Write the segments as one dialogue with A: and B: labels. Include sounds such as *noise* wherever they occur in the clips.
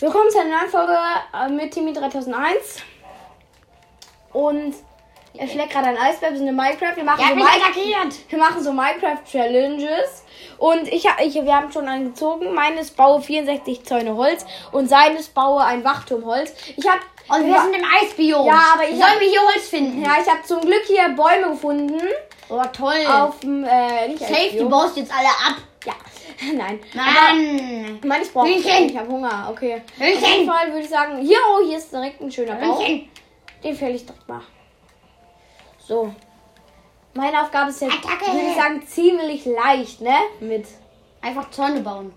A: Willkommen zu einer neuen Folge äh, mit Timmy 3001. Und er schlägt gerade ein Eisbär, wir sind in Minecraft. Wir machen,
B: Er
A: so,
B: hat mich
A: Mi-
B: attackiert.
A: wir machen so Minecraft-Challenges. Und ich, ha- ich, wir haben schon einen gezogen. Meines baue 64 Zäune Holz und seines baue ein Wachturm Holz. Ich habe
B: Und Oh, wir sind im Eisbiom.
A: Ja, aber ich
B: Sollen
A: hab-
B: wir hier Holz finden?
A: ja, ich habe zum Glück hier Bäume gefunden.
B: Oh, toll.
A: Auf dem, äh, nicht
B: Safe,
A: Eisbio.
B: du baust jetzt alle ab.
A: Ja, *laughs* nein.
B: Mann.
A: Ich meine, ich brauche
B: Hühnchen.
A: Ich habe Hunger, okay. Auf jeden
B: Hühnchen.
A: Fall würde ich sagen, hier, oh, hier ist direkt ein schöner Bau.
B: Hühnchen.
A: Den fäll ich direkt mal. So. Meine Aufgabe ist jetzt,
B: Attacke.
A: würde ich sagen, ziemlich leicht, ne? Mit.
B: Einfach Zäune bauen.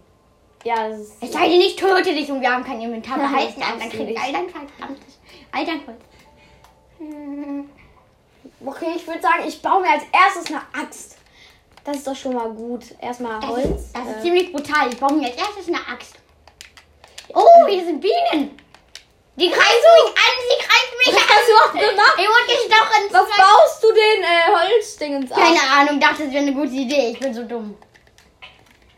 A: Ja, das ist.
B: Ich sage dir nicht, töte dich und wir haben
A: *laughs*
B: kein Inventar
A: Nein,
B: behalten.
A: das
B: aber Dann
A: darfst du
B: kriegt
A: nicht.
B: all dein verdammtes, all dein Holz.
A: Okay, ich würde sagen, ich baue mir als erstes eine Axt. Das ist doch schon mal gut. Erstmal
B: Das,
A: Holz.
B: ist, das ist
A: äh,
B: ziemlich brutal. Ich brauche mir als erstes eine Axt. Oh, hier sind Bienen. Die greifen mich an, sie greifen
A: *laughs*
B: mich
A: Was
B: an.
A: hast du auch gemacht?
B: Ich wurde gestochen.
A: was baust du den äh, Holzdingens an?
B: Keine Ahnung, dachte, es wäre eine gute Idee. Ich bin so dumm.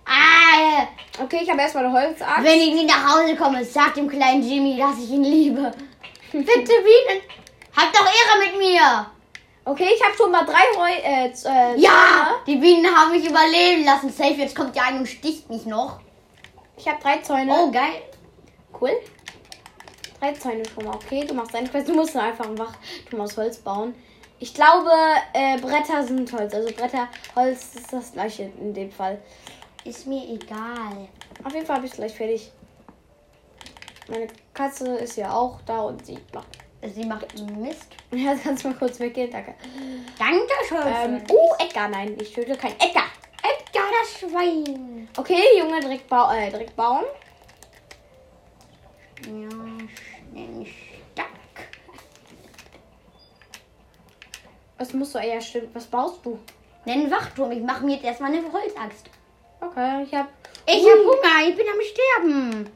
B: Ah,
A: Okay, ich habe erstmal eine Holzaxt.
B: wenn ich nie nach Hause komme, sag dem kleinen Jimmy, dass ich ihn liebe. Bitte, Bienen. Habt doch Ehre mit mir.
A: Okay, ich habe schon mal drei Heu äh, z- äh,
B: Ja, die Bienen haben mich überleben lassen. Safe, jetzt kommt die eine und sticht mich noch.
A: Ich habe drei Zäune.
B: Oh, geil.
A: Cool. Drei Zäune schon mal. Okay, du machst deine Quest. Du musst nur einfach ein Wachturm aus Holz bauen. Ich glaube, äh, Bretter sind Holz. Also Bretter, Holz ist das gleiche in dem Fall.
B: Ist mir egal.
A: Auf jeden Fall habe ich gleich fertig. Meine Katze ist ja auch da und sie macht. *laughs*
B: Sie macht Mist.
A: Ja, kannst du mal kurz weggehen, danke.
B: Dankeschön.
A: Ähm,
B: oh,
A: oh, Edgar, nein, ich töte kein Edgar.
B: Edgar, das Schwein.
A: Okay, Junge, direkt, bau äh, direkt bauen.
B: Ja, schnell stark.
A: Was musst du? Ja, stimmt. Was baust du?
B: Nenn Wachturm. Ich mache mir jetzt erstmal eine Holzaxt.
A: Okay, ich hab.
B: Ich hab Hunger, ich bin am Sterben.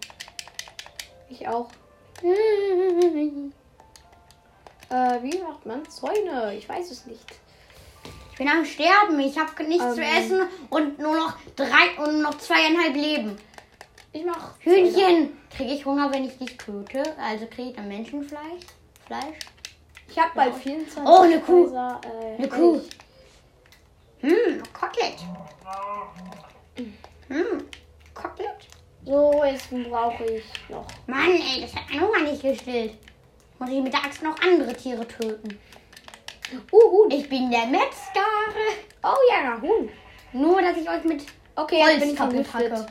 A: Ich auch. Äh, wie macht man Zäune? Ich weiß es nicht.
B: Ich bin am Sterben, ich habe nichts
A: Ähm.
B: zu essen und nur noch drei und noch zweieinhalb Leben.
A: Ich mach Zäune.
B: Hühnchen, kriege ich Hunger, wenn ich dich töte? Also kriege ich dann Menschenfleisch? Fleisch?
A: Ich hab bald 24.
B: Oh, eine Kuh.
A: Häuser, äh,
B: Eine Kuh.
A: Ich,
B: Hm, Kotelett. Hm, Kotelett.
A: so, jetzt brauche ich noch.
B: Mann, ey, das hat mein Hunger nicht gestillt. Muss ich mit der Axt noch andere Tiere töten?
A: Uh, Huhn.
B: Ich bin der Metzger.
A: Oh ja, na, Huhn.
B: Nur, dass ich euch mit
A: Okay, jetzt bin
B: Holz
A: ich
B: kaputt
A: vergiftet.
B: hacke.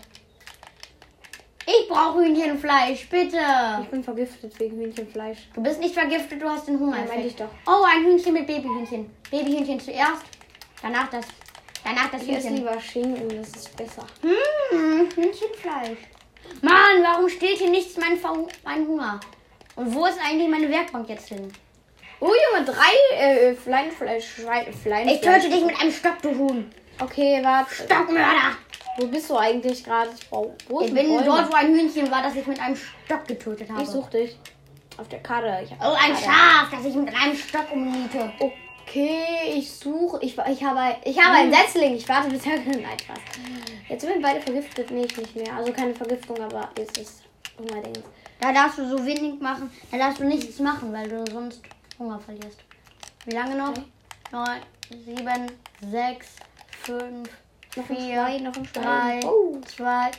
B: Ich brauche Hühnchenfleisch, bitte.
A: Ich bin vergiftet wegen Hühnchenfleisch.
B: Du bist nicht vergiftet, du hast den Hunger.
A: Nein, meinte ich doch.
B: Oh, ein Hühnchen mit Babyhühnchen. Babyhühnchen zuerst, danach das, danach das
A: Ich esse
B: Hühnchen.
A: lieber Schinken, das ist besser.
B: Hm, Hühnchenfleisch. Mann, warum steht hier nichts mein, Ver mein Hunger? Und wo ist eigentlich meine Werkbank jetzt hin?
A: Oh Junge, drei äh, Fleinfleisch. Fleinfleisch.
B: Ich töte dich mit einem Stock, du Huhn.
A: Okay, warte.
B: Stockmörder.
A: Wo bist du eigentlich gerade? Ich brauche. Wo
B: Ich
A: sind
B: bin
A: Bäume?
B: dort, wo ein Hühnchen war, das ich mit einem Stock getötet habe.
A: Ich such dich. Auf der Karte. Ich hab
B: Oh, ein
A: Karte.
B: Schaf, das ich mit einem Stock umniete.
A: Okay, ich suche. Ich, ich habe, ich habe einen Setzling. Ich warte bis er. Nein, Spaß. Jetzt sind wir beide vergiftet. Nee, ich nicht mehr. Also keine Vergiftung, aber jetzt ist unbedingt.
B: Da darfst du so wenig machen, da darfst du nichts machen, weil du sonst Hunger verlierst. Wie lange noch?
A: Okay.
B: Neun, sieben, sechs, fünf,
A: Noch ein
B: vier,
A: Schwein, noch ein Schwein.
B: drei,
A: Oh.
B: zwei,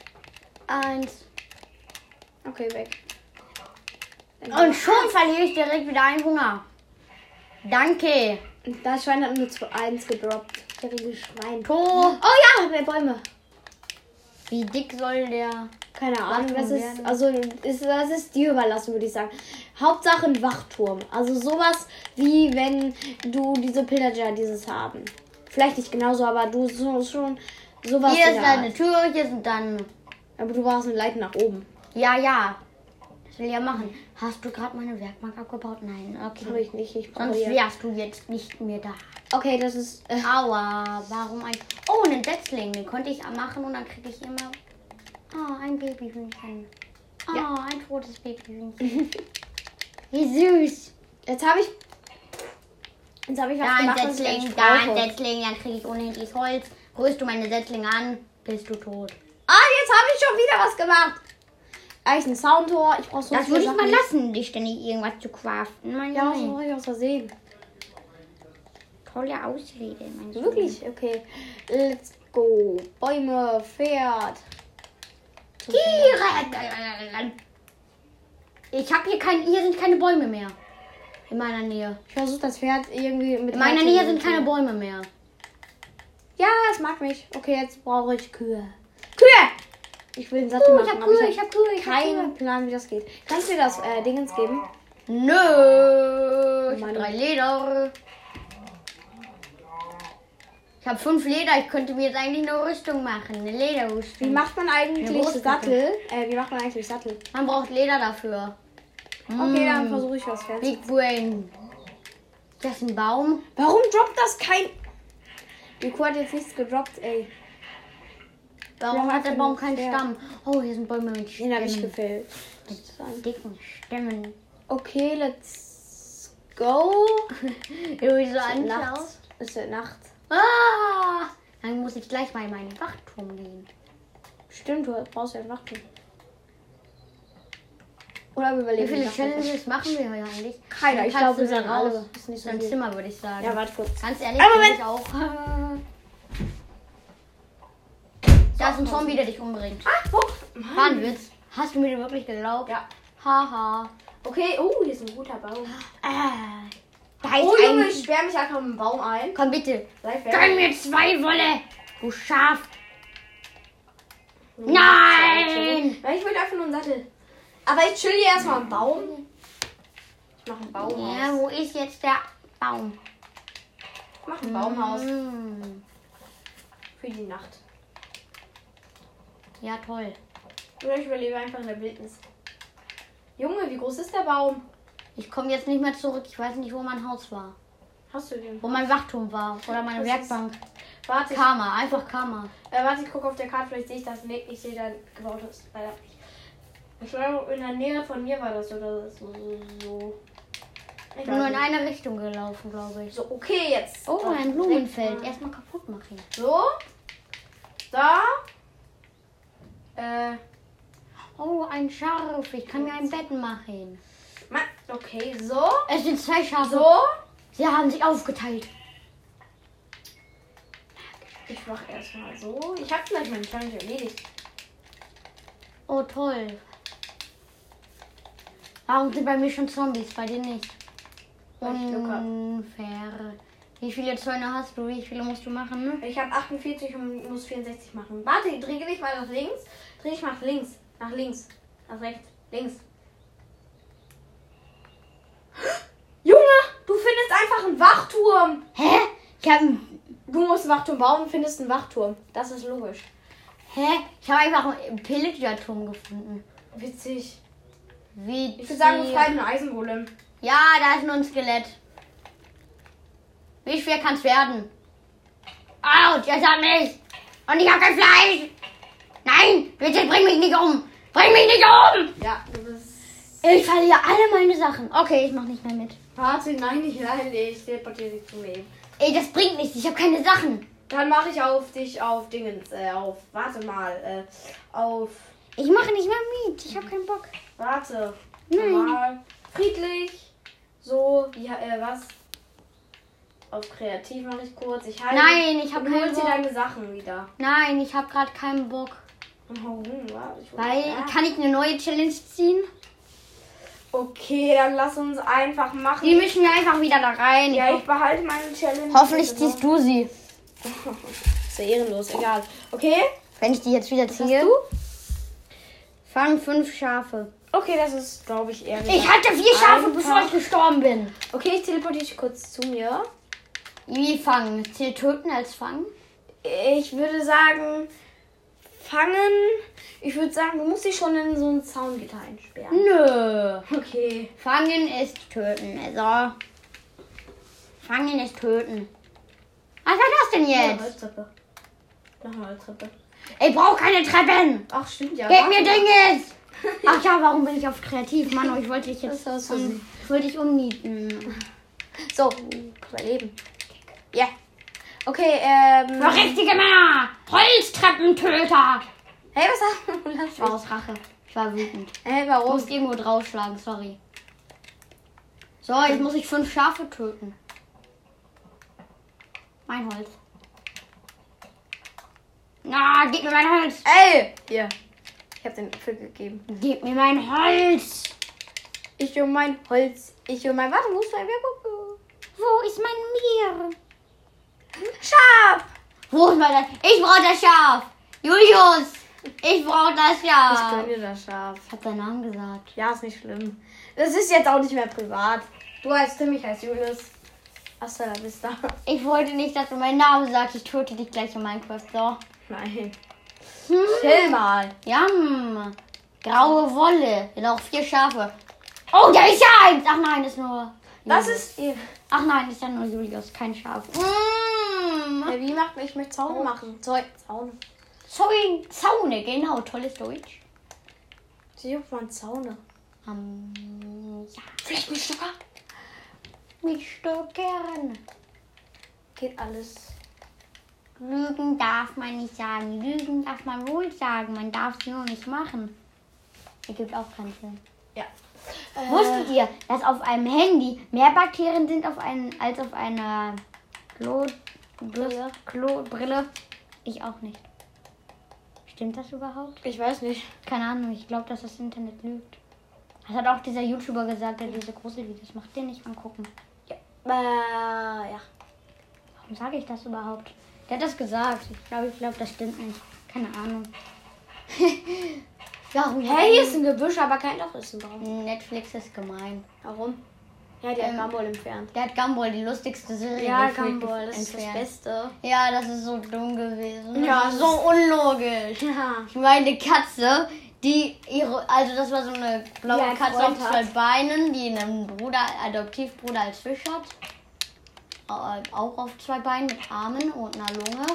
B: eins.
A: Okay, weg.
B: Und schon verliere ich direkt wieder einen Hunger. Danke.
A: das Schwein hat nur zwei- eins gedroppt. Der riesige Schwein.
B: To.
A: Oh ja, mehr Bäume.
B: Wie dick soll der?
A: Keine Ahnung, das ist,
B: werden.
A: also, ist, das ist dir überlassen, würde ich sagen. Hauptsache ein Wachturm. Also sowas wie wenn du diese Pillager dieses haben. Vielleicht nicht genauso, aber du so, schon sowas.
B: Hier
A: in
B: ist
A: der Art.
B: eine Tür, hier sind dann.
A: Aber du warst ein Leiten nach oben.
B: Ja, ja. Das will ich ja machen. Hast du gerade meine Werkbank abgebaut? Nein,
A: Habe
B: okay.
A: ich nicht. Ich brauche
B: Sonst
A: ja.
B: wärst du jetzt nicht mehr da.
A: Okay, das ist. Äh,
B: Aua, warum ein. Oh, einen Setzling. Den konnte ich machen und dann kriege ich immer. Ah, ein Babyhühnchen. Ah, ein totes Babyhühnchen. *laughs* Wie süß.
A: jetzt habe ich. Jetzt habe ich was
B: Da ein
A: gemacht, was ich
B: Setzling,
A: eigentlich
B: da ein
A: brauche.
B: Setzling, dann kriege ich unendlich Holz. Rührst du meine Setzlinge an, bist du tot.
A: Ah, jetzt habe ich schon wieder was gemacht. Eigentlich ein Soundtor. Ich brauche so
B: Das
A: viele
B: würde ich mal
A: Sachen.
B: lassen, dich ständig irgendwas zu craften. Mein
A: Ja, das
B: Junge.
A: mache ich aus Versehen.
B: Tolle Ausrede, mein Sohn.
A: Wirklich? Okay. Let's go. Bäume, Pferd.
B: Tiere! Ich habe hier, kein, hier sind keine Bäume mehr. In meiner Nähe.
A: Ich versuche das Pferd irgendwie mit.
B: In meiner
A: Herzen-
B: Nähe sind keine Bäume mehr.
A: Ja, es mag mich. Okay, jetzt brauche ich Kühe. Kühe! Ich will einen Sattel
B: Oh,
A: machen,
B: ich hab
A: aber
B: Kühe, ich hab Kühe, ich hab
A: keinen
B: Kühe.
A: Plan, wie das geht. Kannst du mir das äh, Dingens geben?
B: Nö, ich
A: Mann.
B: habe drei Leder. Ich habe fünf Leder. Ich könnte mir jetzt eigentlich eine Rüstung machen. Eine
A: Wie
B: Lederrüstung.
A: macht man eigentlich
B: Brust-
A: Sattel? Äh, wie macht man eigentlich Sattel?
B: Man braucht Leder dafür. Ah.
A: Okay, dann versuche ich das Pferd.
B: Big Brain. Das ist ein Baum.
A: Warum droppt das kein. Die Kuh hat jetzt nichts gedroppt, ey.
B: Warum
A: Ja,
B: hat der
A: hat
B: Baum
A: genug
B: keinen
A: Pferd.
B: Stamm? Oh, hier sind Bäume mit
A: Den habe ich
B: Stämmen.
A: gefällt.
B: Dicken Stämmen.
A: Okay, let's go.
B: Irgendwie so anschaust.
A: Nachts. Es wird Nacht.
B: Ah! Dann muss ich gleich mal in meinen Wachturm gehen.
A: Stimmt, du brauchst ja einen Wachturm. Oder wir überleben.
B: Wie viele
A: die Nacht einfach.
B: Challenges machen wir heute eigentlich?
A: Keiner, ich
B: Kannst
A: glaube,
B: du
A: wir sind
B: dann raus.
A: alle. Ist nicht so
B: Dein
A: viel.
B: Zimmer würde ich sagen.
A: Ja, warte kurz.
B: Ganz ehrlich,
A: Ein
B: bin
A: Moment.
B: ich auch. Da ist ein Zombie, der dich umbringt.
A: Ah, oh.
B: War ein Witz. Hast du mir wirklich geglaubt?
A: Ja.
B: Haha.
A: Okay, oh, hier ist ein guter Baum.
B: Ah. Da ist
A: Oh
B: ein...
A: Junge, ich sperre mich einfach mit dem Baum ein.
B: Komm bitte.
A: Gleich
B: Gönn
A: weg.
B: mir zwei Wolle. Du Schaf. Nein.
A: Ja, Ich will einfach nur einen Sattel. Aber ich chill hier erstmal einen Baum. Ich mache einen Baum
B: Ja,
A: aus.
B: wo ist jetzt der Baum?
A: Ich mache ein Baumhaus
B: Hm.
A: für die Nacht.
B: Ja, toll.
A: Oder ich überlebe einfach in der Wildnis. Junge, wie groß ist der Baum?
B: Ich komme jetzt nicht mehr zurück. Ich weiß nicht, wo mein Haus war.
A: Hast du den?
B: Wo mein Wachturm war. Oder meine
A: Das ist-
B: Werkbank.
A: Warte, ich,
B: Karma. Einfach Karma.
A: äh, warte, ich gucke auf der Karte, vielleicht sehe ich das nicht. Ich sehe dein gebautes. Leider nicht. Ich glaube, in der Nähe von mir war das oder so. so, so. Ich
B: Ich bin nur
A: weiß
B: in
A: nicht.
B: einer Richtung gelaufen, glaube ich.
A: So, okay, jetzt.
B: Oh, ein Blumenfeld.
A: Ja.
B: Erstmal kaputt machen.
A: So. Da. Äh,
B: Oh, ein Scharf. Ich kann mir ein Bett machen.
A: ma- okay, so.
B: Es sind zwei Schafe.
A: So.
B: Sie haben sich aufgeteilt.
A: Ich mach erstmal so. Ich habe gleich meine Challenge erledigt.
B: Oh, toll. Warum sind bei mir schon Zombies? Bei dir nicht.
A: Weil ich Glück hab.
B: Unfair. Wie viele Zäune hast du? Wie viele musst du machen? ne?
A: Ich habe 48 und muss 64 machen. Warte, ich drehe dich mal nach links. Dreh ich mal nach links. Nach links. Nach rechts. Links. Junge, du findest einfach einen Wachturm.
B: Hä? Ich habe
A: Du musst einen Wachturm bauen und findest einen Wachturm. Das ist logisch.
B: Hä? Ich habe einfach einen Pillager-Turm gefunden.
A: Witzig.
B: Wie
A: Ich würde sagen, wir befreien einen Eisengolem.
B: Ja, da ist nur ein Skelett. Wie schwer kann's werden? Autsch, es hat mich. Und ich hab kein Fleisch. Nein, bitte bring mich nicht um. Bring mich nicht um.
A: Ja, du bist.
B: Ich verliere alle meine Sachen. Okay, ich mach nicht mehr mit.
A: Warte, nein, nicht, nein, ich teleportiere dich zum Leben.
B: Ey, das bringt nichts. Ich habe keine Sachen.
A: Dann mache ich auf dich auf Dingens, äh, auf, warte mal, äh, auf,
B: Ich mache nicht mehr mit. Ich habe keinen Bock.
A: warte,
B: Nein.
A: normal, friedlich, so, wie, äh, was? Auf kreativ mache ich kurz, ich halte.
B: Nein, ich hab
A: und hol
B: keinen
A: dir
B: Bock.
A: deine Sachen wieder.
B: Nein, ich habe gerade keinen Bock.
A: Warum? Warte, ich hol-
B: Weil,
A: Ja.
B: kann ich eine neue Challenge ziehen?
A: Okay, dann lass uns einfach machen.
B: Die mischen wir einfach wieder da rein.
A: Ja, ich behalte meine Challenge. Also,
B: Hoffentlich ziehst du sie.
A: Ist ja ehrenlos, egal. Okay?
B: Wenn ich die jetzt wieder ziehe. Fang fünf Schafe.
A: Okay, das ist, glaube ich, ehrlich.
B: Ich halt- hatte vier Schafe,
A: Einfach.
B: bevor ich gestorben bin.
A: Okay, ich teleportiere dich kurz zu mir.
B: Wie fangen? Zählt töten als fangen?
A: Ich würde sagen, fangen. Ich würde sagen, du musst dich schon in so einen Zaungitter einsperren.
B: Nö.
A: Okay.
B: Fangen ist töten. Also. Fangen ist töten. Was war das denn
A: Eine
B: jetzt?
A: Holztreppe. Noch eine Holztreppe.
B: Ich brauche keine Treppen.
A: Ach, stimmt ja.
B: Gib mir Dinges. *laughs* Ach ja, warum bin ich auf kreativ? Mann, Oh, ich wollte dich jetzt.
A: Das hast du
B: um,
A: gesehen.
B: ich wollte dich umnieten.
A: So, überleben. Ja. Okay, ähm.
B: Noch richtige Männer. Holztreppentöter.
A: Hey, was hast du?
B: War aus Rache. Ich war wütend.
A: Hä,
B: Ich
A: warum?
B: muss irgendwo draufschlagen, sorry. So, jetzt muss ich fünf Schafe töten. Mein Holz. Na, gib mir mein Holz!
A: Ey! Hier. Ich hab den Apfel gegeben.
B: Gib mir mein Holz!
A: Ich um mein Holz. Ich um mein. Warte, wo ist mein Werbung?
B: Wo ist mein Meer?
A: Schaf!
B: Wo ist mein... Ich brauche das Schaf! Julius! Ich brauche das
A: Ich
B: Schaf!
A: gönne das Schaf.
B: Ich hab deinen Namen gesagt.
A: Ah, Ja, ist nicht schlimm. Das ist jetzt auch nicht mehr privat. Du heißt Tim, ich heiße Julius. Hasta la vista.
B: Ich wollte nicht, dass du meinen Namen sagst. Ich töte dich gleich in Minecraft. So.
A: *laughs* Nein.
B: Hm.
A: Chill mal.
B: Jam. Graue Wolle. Hier noch vier Schafe. Oh, da ist ja eins. Ach nein, ist nur.
A: Das
B: Julius.
A: ist ihr.
B: Ach nein, ist ja nur Julius, kein Schaf. Mm.
A: Ja, wie macht man? Ich möchte Zaun machen. Zeug, Zaun.
B: Zoin, Zaune, genau. Tolles Deutsch.
A: Sie ruft man Zaune.
B: Ähm, ja,
A: Vielleicht mit Zucker?
B: mich so gern.
A: Geht alles.
B: Lügen darf man nicht sagen. Lügen darf man wohl sagen. Man darf sie nur nicht machen. Ergibt auch keinen Sinn.
A: Ja.
B: Wusstet ihr, dass auf einem Handy mehr Bakterien sind auf einem, als auf einer Klo, Brille. Klo, Brille? Ich auch nicht. Stimmt das überhaupt?
A: Ich weiß nicht.
B: Keine Ahnung, ich glaube, dass das Internet lügt. Das hat auch dieser YouTuber gesagt, der diese großen Videos macht. Den nicht angucken.
A: Äh, ja.
B: Warum sage ich das überhaupt? Der hat das gesagt. Ich glaube, ich glaube, das stimmt nicht. Keine Ahnung. *laughs* Warum?
A: Hey, hier ist ein Gebüsch, aber kein Loch ist ein Baum.
B: Netflix ist gemein.
A: Warum? Ja, die haben
B: Ähm,
A: Gumball entfernt.
B: Der hat Gumball, die lustigste Serie.
A: Ja,
B: gefühlt
A: Gumball, das ist das
B: entfernt.
A: Beste.
B: Ja, das ist so dumm gewesen.
A: Ja,
B: Das ist so
A: *laughs*
B: unlogisch.
A: Ja.
B: Ich meine, eine Katze, die ihre, also das war so eine blaue
A: Die einen
B: Katze
A: Freund
B: auf zwei
A: hat.
B: Beinen, die einen Bruder, Adoptivbruder als Fisch hat. Äh, Auch auf zwei Beinen mit Armen und einer Lunge.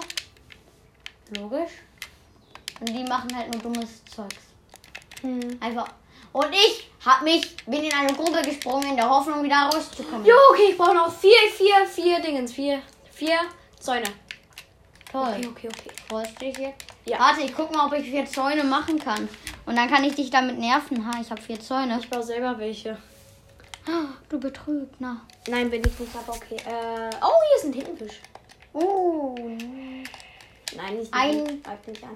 B: Logisch. Und die machen halt nur dummes Zeugs.
A: Hm.
B: Einfach. Und ich hab mich, bin in eine Grube gesprungen, in der Hoffnung wieder rauszukommen.
A: Jo, okay, ich brauche noch vier, vier, vier Dingens. Vier, vier Zäune.
B: Toll.
A: Okay, okay, okay.
B: Freust du dich jetzt?
A: Ja.
B: Warte, ich guck mal, ob ich vier Zäune machen kann. Und dann kann ich dich damit nerven. Ha, ich habe vier Zäune.
A: Ich baue selber welche.
B: Ah, Du Betrügner.
A: Nein, bin ich nicht, aber okay. Äh, oh, hier ist ein Tintenfisch.
B: Oh.
A: Nein, nicht
B: Ein-
A: nehmen. Greift nicht an.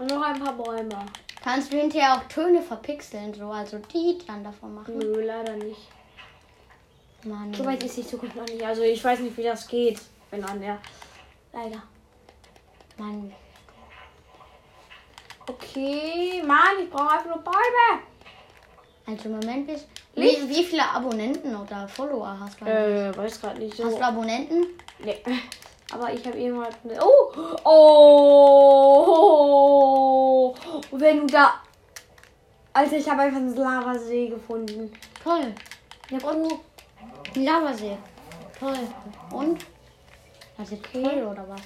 A: Und noch ein paar Bäume.
B: Kannst du hinterher auch Töne verpixeln, so, also die dann davon machen?
A: Nö, leider nicht.
B: Mann.
A: Mhm. So weit ist die Zukunft noch nicht. Also, ich weiß nicht, wie das geht. Wenn an der. Leider.
B: Mann.
A: Okay, Mann, ich brauche einfach nur Bäume.
B: Also im Moment bist
A: Licht.
B: wie, wie viele Abonnenten oder Follower hast du?
A: Äh, weiß gerade nicht so.
B: Hast du Abonnenten?
A: Nee. *laughs* Aber ich habe irgendwann. Oh! Oh! Wenn du da. Alter, ich habe einfach einen Lavasee gefunden.
B: Toll.
A: Ich habe auch nur.
B: Ein Lavasee. Toll. Und? Also toll oder was?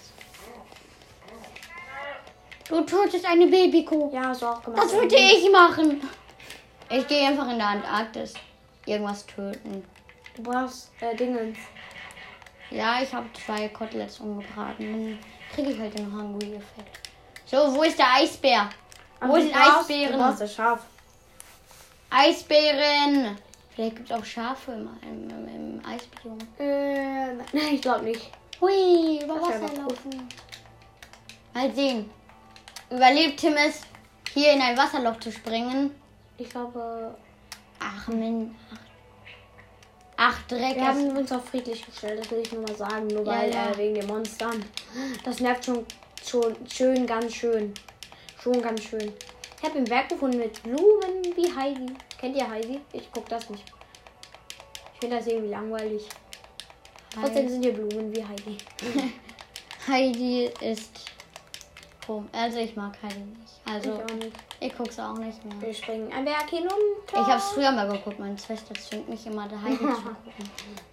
B: Du tötest eine Babykuh.
A: Ja, hast du auch gemacht.
B: Das würde ich machen. Ich gehe einfach in der Antarktis irgendwas töten.
A: Du brauchst äh, Dingens.
B: Ja, ich habe zwei Koteletts umgebraten. Dann kriege ich halt den Hungry-Effekt. So, wo ist der Eisbär? Wo
A: Aber
B: sind
A: du brauchst-
B: Eisbären?
A: Du brauchst das Schaf.
B: Eisbären! Vielleicht gibt es auch Schafe im, im, im, im Eisbiom.
A: Äh, nein, ich glaube nicht.
B: Hui, über
A: Das wär
B: Wasser
A: aber cool.
B: laufen. Mal sehen. Überlebt Tim es, hier in ein Wasserloch zu springen?
A: Ich äh, glaube,
B: Ach, Min. Ach, ach Dreck.
A: wir
B: es-
A: haben uns auf friedlich gestellt, das will ich nur mal sagen. Nur
B: Ja,
A: weil,
B: ja.
A: Äh, wegen den Monstern. Das nervt schon, schon schön, ganz schön. Schon ganz schön. Ich habe ein Werk gefunden mit Blumen wie Heidi. Kennt ihr Heidi? Ich guck das nicht. Ich finde das irgendwie langweilig. Trotzdem sind hier Blumen wie Heidi.
B: Heidi ist komisch. Also ich mag Heidi nicht. Also
A: Ich auch nicht.
B: Ich guck's auch nicht mehr.
A: Wir springen am Berg hin
B: Ich
A: und
B: hab's früher mal geguckt, meine Schwester zwingt mich
A: *laughs*
B: immer daheim zu gucken.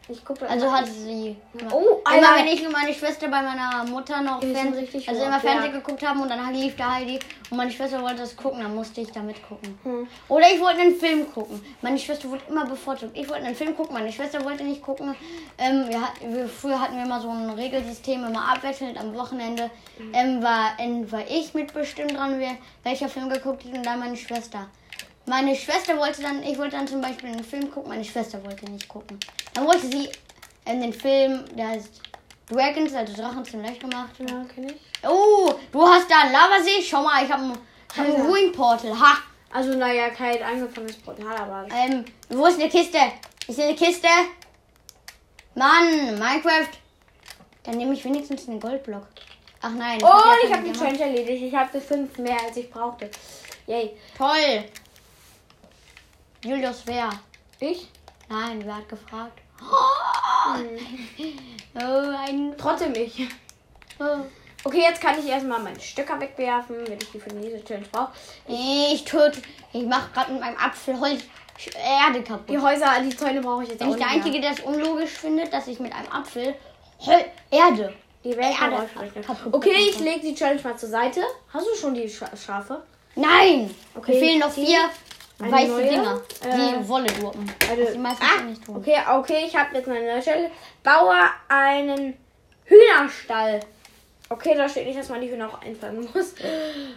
A: ich gucke
B: Also hat sie. Immer,
A: Oh,
B: immer
A: Alter.
B: wenn ich und meine Schwester bei meiner Mutter noch
A: Die sind
B: Fernsehen,
A: richtig
B: also
A: hoch,
B: immer Fernsehen
A: ja.
B: geguckt haben und dann lief da Heidi und meine Schwester wollte das gucken, dann musste ich da mitgucken.
A: Hm.
B: Oder ich wollte einen Film gucken. Meine Schwester wurde immer bevorzugt. Ich wollte einen Film gucken, meine Schwester wollte nicht gucken. Ähm, wir, hat- wir, früher hatten wir immer so ein Regelsystem, immer abwechselnd am Wochenende
A: Hm.
B: ähm, war, ähm, war ich mitbestimmt dran, wer, welcher Film geguckt hat und dann meine Schwester. Meine Schwester wollte dann, ich wollte dann zum Beispiel einen Film gucken, meine Schwester wollte nicht gucken. Dann wollte sie ähm, den Film, der heißt Dragons, also Drachen zum Leicht gemacht.
A: Ja, kenn ich.
B: Oh, du hast da einen Lavasee? Schau mal, ich habe einen, hab ein
A: Alter.
B: Ruin Portal. Ha!
A: Also, naja, kein angefangenes Portal, aber.
B: Ähm, wo ist eine Kiste? Ist hier eine Kiste? Mann, Minecraft. Dann nehme ich wenigstens einen Goldblock. Ach nein. das
A: Oh,
B: hat ja
A: ich habe die
B: schon gemacht.
A: Challenge erledigt. Ich habe fünf mehr, als ich brauchte. Yay.
B: Toll. Julius, wer?
A: Ich?
B: Nein, wer hat gefragt? Oh,
A: Hm.
B: ein...
A: Trotzdem ich.
B: Oh.
A: Okay, jetzt kann ich erstmal meinen Stöcker wegwerfen, wenn ich die für die nächste Challenge brauche.
B: Ich töte... Ich mache gerade mit meinem Apfel Holz Erde kaputt.
A: Die Häuser, die Zäune brauche ich jetzt
B: Bin
A: auch
B: ich der
A: nicht mehr.
B: Einzige, der es unlogisch findet, dass ich mit einem Apfel Hol Erde...
A: Die
B: Ja,
A: Welt
B: das-
A: ja, Okay, ich lege die Challenge mal zur Seite. Hast du schon die Scha Schafe?
B: Nein!
A: Okay,
B: Mir fehlen noch
A: die-
B: vier
A: eine
B: weiße
A: neue,
B: Dinger.
A: äh,
B: die Wolle-Gurken.
A: Also,
B: die meisten
A: ah,
B: kann ich tun.
A: okay, okay, ich habe jetzt meine neue Challenge. Baue einen Hühnerstall. Okay, da steht nicht, dass man die Hühner auch einfangen
B: *gasps*
A: muss.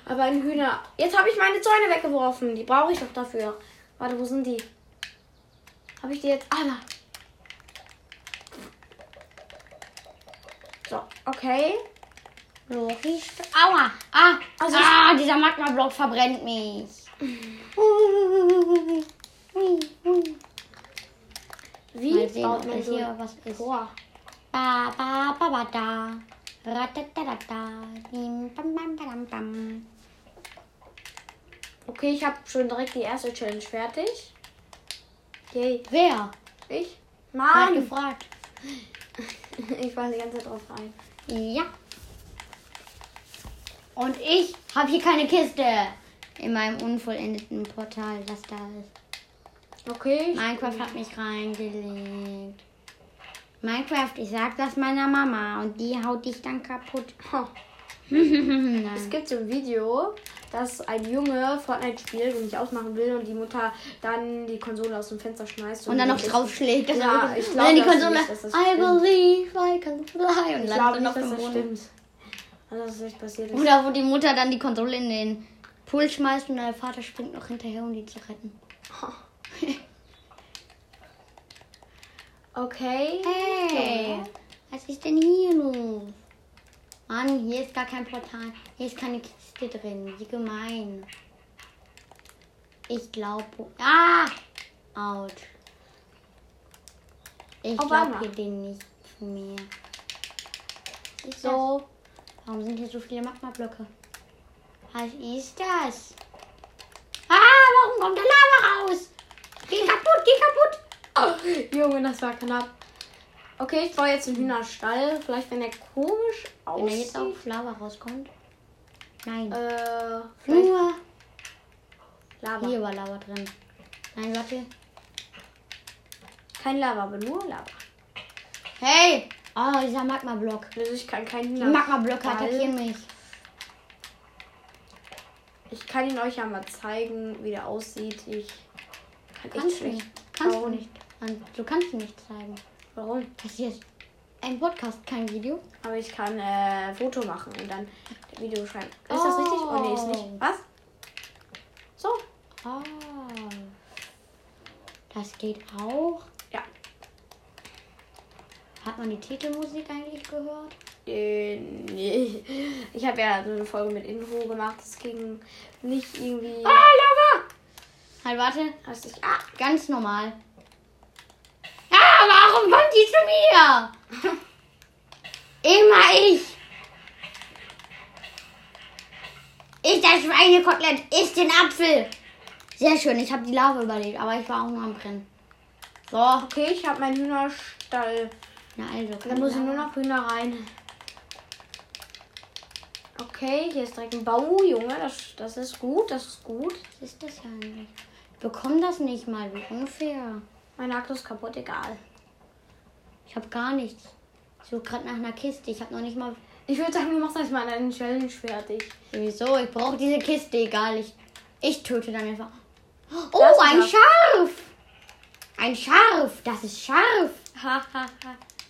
A: Aber ein Hühner. Jetzt habe ich meine Zäune weggeworfen. Die brauche ich doch dafür. Warte, wo sind die? Habe ich die jetzt? Ah, da. So, okay.
B: Loricht. Aua! Ah!
A: Also ich-
B: ah, dieser Magma-Block verbrennt mich.
A: Wie
B: Mal sehen,
A: baut
B: ob da
A: man so
B: hier
A: ein
B: was ist.
A: Tor?
B: Ba, ba, ba, ba, da. Ratatatata. Bim, bam, bam, bam, bam.
A: Okay, ich habe schon direkt die erste Challenge fertig. Yay.
B: Wer?
A: Ich?
B: Wer hat
A: Mann!
B: gefragt?
A: Ich war die ganze Zeit drauf rein.
B: Ja. Und ich habe hier keine Kiste. In meinem unvollendeten Portal, das da ist.
A: Okay.
B: Minecraft hat mich reingelegt. Minecraft, ich sag das meiner Mama und die haut dich dann kaputt. *laughs*
A: Ha.
B: Nein.
A: Es gibt so ein Video, dass ein Junge Fortnite spielt und nicht ausmachen will und die Mutter dann die Konsole aus dem Fenster schmeißt.
B: Und dann noch
A: ich-
B: draufschlägt. dass
A: Ja,
B: er-
A: ich
B: und
A: glaub
B: dann die
A: das
B: Konsole.
A: nicht, dass das
B: I
A: stimmt.
B: believe I can fly. Und
A: Ich
B: landet
A: glaube
B: dann
A: nicht,
B: auf
A: dass
B: dem
A: das
B: Boden.
A: stimmt. Also, das ist echt passiert. Ist.
B: Oder wo die Mutter dann die Konsole in den Pool schmeißt und der Vater springt noch hinterher, um die zu retten.
A: Okay.
B: Hey, was ist denn hier los? Mann, hier ist gar kein Portal. Hier ist keine Kiste drin. Wie gemein. Ich glaube. Ah! Autsch. Ich
A: Auf
B: glaube
A: einmal.
B: hier den nicht mehr. Was Ist so.
A: So.
B: Das? Warum sind hier so viele Magma-Blöcke? Was ist das? Ah, warum kommt der Lava raus? Geh kaputt, geh kaputt!
A: Junge, das war knapp. Okay, ich baue jetzt einen Hühnerstall. Vielleicht, wenn der komisch
B: Wenn da jetzt
A: aussieht.
B: auch Lava rauskommt. Nein.
A: Äh, vielleicht
B: Nur
A: Lava.
B: hier war Lava drin. Nein, warte.
A: Kein Lava, aber nur Lava.
B: Hey! Oh, dieser Magma-Block.
A: Also ich kann keinen
B: Die
A: Hühner.
B: Magma-Blöcke
A: Stall.
B: attackieren mich.
A: Ich kann ihn euch ja mal zeigen, wie der aussieht. Ich kann echt
B: Kannst du
A: schlecht.
B: nicht. Kannst du
A: Warum?
B: nicht. Mann, Du kannst nicht zeigen.
A: Warum?
B: Das hier ist ein Podcast, kein Video.
A: Aber ich kann äh, Foto machen und dann ein Video schreiben. Ist das richtig? Oh nee, ist
B: Oh.
A: nicht. Was? So.
B: Ah. Das geht auch.
A: Ja.
B: Hat man die Titelmusik eigentlich gehört?
A: Äh, nee. Ich habe ja so eine Folge mit Info gemacht. Es ging nicht irgendwie.
B: Ah! Lava! Halt, warte.
A: Hast ich, ah,
B: Ganz normal. Ah, warum kommt die zu mir? Immer ich. Ist das Schweinekotelett? Ist den Apfel? Sehr schön, ich habe die Larve überlebt, aber ich war auch nur am Brennen. So, na
A: okay, ich habe meinen Hühnerstall.
B: also.
A: Da muss ich nur noch Hühner rein. Okay, hier ist direkt ein Bau, Junge. Das, das ist gut, das ist gut.
B: Was ist das hier eigentlich? Ich bekomme das nicht mal, wie unfair.
A: Mein Akku ist kaputt, egal.
B: Ich habe gar nichts. Ich suche gerade nach einer Kiste. Ich habe noch nicht mal.
A: Ich würde sagen, wir machen erstmal einen Challenge fertig.
B: Wieso? Ich brauche diese Kiste, egal. Ich, ich töte dann einfach. Oh,
A: Das ist
B: ein
A: das.
B: Scharf! Ein Scharf! Das ist scharf!
A: Ha, ha, ha.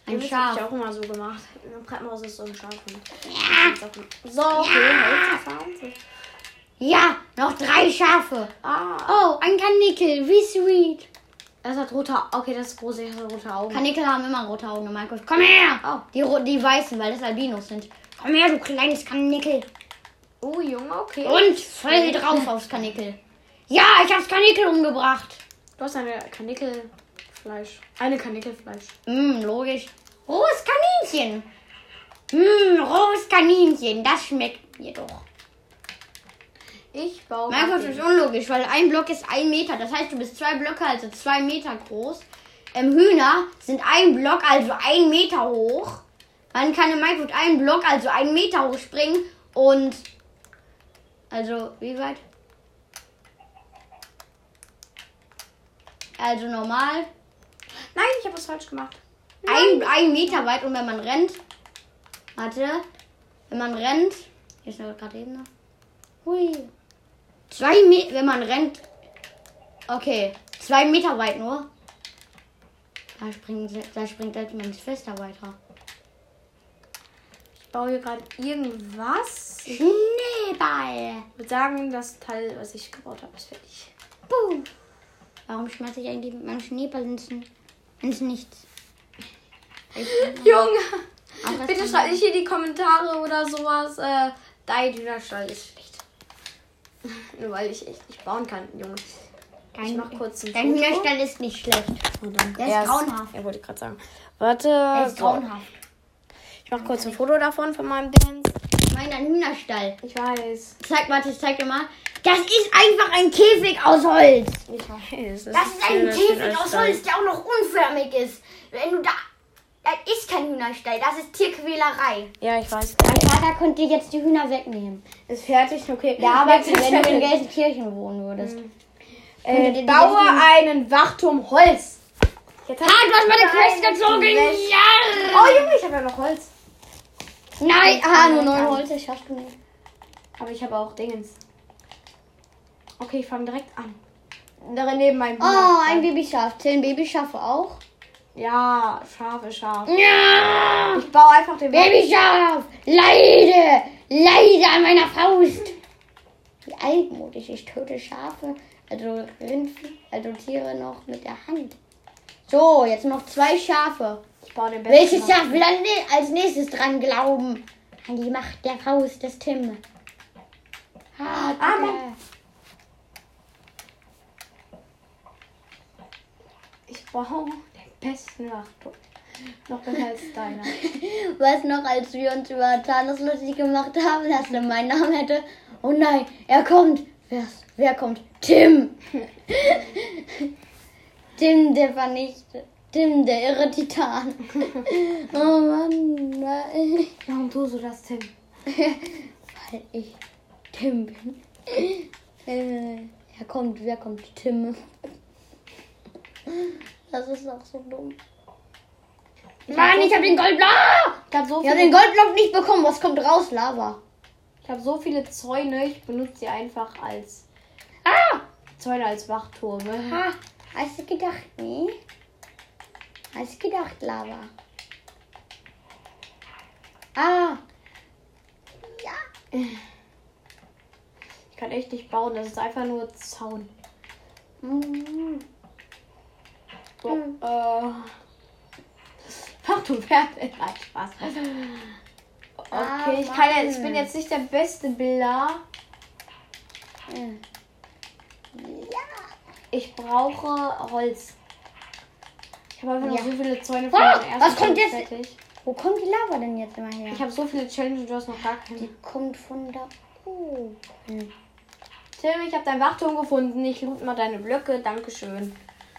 B: Ein
A: Ein
B: Schaf.
A: Schaf. Ich auch immer so gemacht. Im Treppenhaus ist so ein Schaf. Und
B: Ja!
A: so, okay, Holz ist 20.
B: Ja! Noch drei Schafe!
A: Ah,
B: Oh, ein Kanickel! Wie sweet!
A: das hat rote Au- Okay, das ist große, das hat rote Augen.
B: Kanickel haben immer rote Augen in Minecraft. Komm her!
A: Oh.
B: Die, ro- die weißen, weil das Albinos sind. Komm her, du kleines Kanickel!
A: Oh, Junge, okay.
B: Und voll drauf aufs Kanickel. Ja, ich hab's Kanickel umgebracht!
A: Du hast eine Kanickelfleisch. Eine Kanickelfleisch.
B: Mh, Hm, logisch. Rohes Kaninchen. Mh, rohes Kaninchen. Das schmeckt mir doch.
A: Ich baue.
B: Mein Gott,
A: Kaffee.
B: das ist unlogisch, weil ein Block ist ein Meter. Das heißt, du bist zwei Blöcke, also zwei Meter groß. Ähm, Hühner sind ein Block, also ein Meter hoch. Man kann in Minecraft einen Block, also einen Meter hoch springen. Und. Also, wie weit? Also normal.
A: Nein, ich habe was falsch gemacht.
B: ein, ein Meter weit und wenn man rennt. Warte. Wenn man rennt. Hier ist noch gerade eben noch. Hui. Zwei Meter, wenn man rennt. Okay. Zwei Meter weit nur. Da springt, se- da springt selbst mein Schwester weiter.
A: Ich baue hier gerade irgendwas. Ich
B: Schneeball.
A: würde sagen, das Teil, was ich gebaut habe, ist fertig.
B: Boom. Warum schmeiße ich eigentlich mit meinem Schneeball ins, ins Nichts? Ich,
A: Junge!
B: aber das
A: Bitte
B: Genau. kann-
A: schreibt nicht in die Kommentare oder sowas. Äh, dein Dönerstall ist schlecht. *laughs* Nur weil ich echt nicht bauen kann, Junge.
B: Dein,
A: ich mach kurz ein
B: Dein
A: Foto.
B: Hühnerstall ist nicht schlecht. Der ist
A: Er
B: grauenhaft.
A: Ja, wollte ich gerade sagen. Warte.
B: Der ist
A: Ah, so.
B: grauenhaft.
A: Ich mach kurz ein Foto davon von meinem Dance.
B: Ich meine, ein Hühnerstall.
A: Ich weiß.
B: Zeig, warte, ich zeig dir mal. Das ist einfach ein Käfig aus Holz.
A: Ich weiß.
B: Das ist ein Käfig aus Holz, der auch noch unförmig ist. Wenn du da. Das ist kein Hühnerstall, das ist Tierquälerei.
A: Ja, ich weiß.
B: Mein Vater könnte dir jetzt die Hühner wegnehmen.
A: Ist fertig, okay.
B: Ja, aber
A: Jetzt ist
B: wenn du in
A: fertig.
B: Gelsenkirchen wohnen würdest. Könntet ihr
A: äh,
B: die
A: baue
B: jetzt nehmen?
A: einen Wachturm Holz. Jetzt hab
B: Ah, du hast meine Quest
A: Nein,
B: gezogen!
A: Quest.
B: Ja!
A: Oh Junge, ich habe ja noch Holz.
B: Nein, ah, nur neun
A: Nein.
B: Holz, das schaffst du nicht.
A: Aber ich habe auch Dingens. Okay, ich fange direkt an. Direkt neben meinem
B: Oh, ein Babyschaf. Zehn Babyschafe auch.
A: Ja, Schafe, Schafe.
B: Ja!
A: Ich baue einfach den
B: Babyschaf, leide, leide an meiner Faust. Wie altmodisch, ich töte Schafe, also Rind, also Tiere noch mit der Hand. So, jetzt noch zwei Schafe.
A: Ich baue den
B: Welches
A: Schaf.
B: Schaf will an- ne-, als nächstes dran glauben? An die Macht der Faust des Tim. Ah,
A: Ah, Mann. Ich baue den besten Wachturm. Noch besser als deiner.
B: *laughs* Weißt noch, als wir uns über Thanos lustig gemacht haben, dass er meinen Namen hätte? Oh nein, er kommt. Wer, wer kommt? Tim. *laughs* Tim, der vernichtet. Tim, der irre *laughs* Titan. oh Mann, nein. *laughs*
A: Warum tust du das, Tim?
B: Weil ich Tim bin. *laughs* Äh, er kommt, wer kommt? Tim. *laughs* Das ist auch so dumm. Mann, ich habe den Goldblock!
A: Ich habe so,
B: Ich habe
A: viele-
B: den Goldblock nicht bekommen. Was kommt raus? Lava.
A: ich hab so viele Zäune, ich benutze sie einfach als
B: Ah!
A: Zäune, als Wachtürme.
B: Ha, hast du gedacht, nee? Hast du gedacht, Lava? Ah. Ja.
A: Ich kann echt nicht bauen, das ist einfach nur Zaun.
B: Mm.
A: So,
B: Hm.
A: äh. *laughs* Mach du fertig. Nein, Spaß.
B: Ah,
A: Okay, ich, kann ja, ich
B: Mann.
A: bin jetzt nicht der beste Billa.
B: Ja.
A: Ich brauche Holz. Ich habe einfach
B: Ja.
A: noch so viele Zäune
B: Ah,
A: meinem
B: was kommt
A: Challenge
B: jetzt?
A: fertig.
B: Wo kommt die Lava denn jetzt immer her?
A: Ich habe so viele Challenges, du hast noch gar keine.
B: die kommt von da oben.
A: Tim, ich habe deinen Wachturm gefunden. Ich loot mal deine Blöcke. Dankeschön.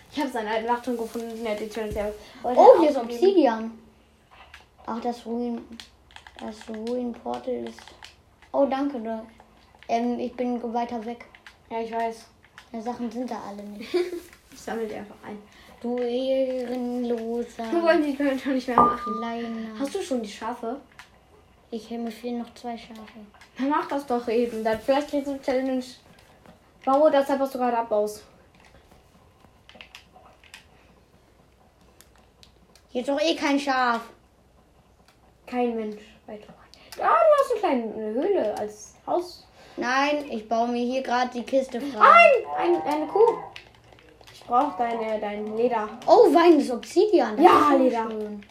A: Ich habe seinen alten Wachturm gefunden. Der hat die Challenge ja- wollte
B: Oh,
A: er
B: hier ist
A: aufgeben.
B: Obsidian. Ach, das Ruin. Das Ruin-Portal ist Oh, danke. Du. Ähm, ich bin ge- weiter weg.
A: Ja, ich weiß.
B: Die Sachen sind da alle nicht.
A: Ich sammle die einfach ein.
B: Du
A: Du
B: ehrenloser
A: wollen die können schon nicht mehr machen.
B: Kleiner.
A: Hast du schon die Schafe?
B: Ich mir fehlen noch zwei Schafe.
A: Dann mach das doch eben. Dann vielleicht kriegst du eine Challenge. Baue das ab, was du gerade abbaust.
B: Hier ist doch eh kein Schaf.
A: Kein Mensch. weiter. Ja, du hast eine kleine eine Höhle als Haus.
B: Nein, ich baue mir hier gerade die Kiste frei.
A: Nein, ein, eine Kuh. Ich brauche deine, dein Leder.
B: Oh, Wein ist Obsidian. Das
A: Ja,
B: ist schon
A: Leder.
B: schön.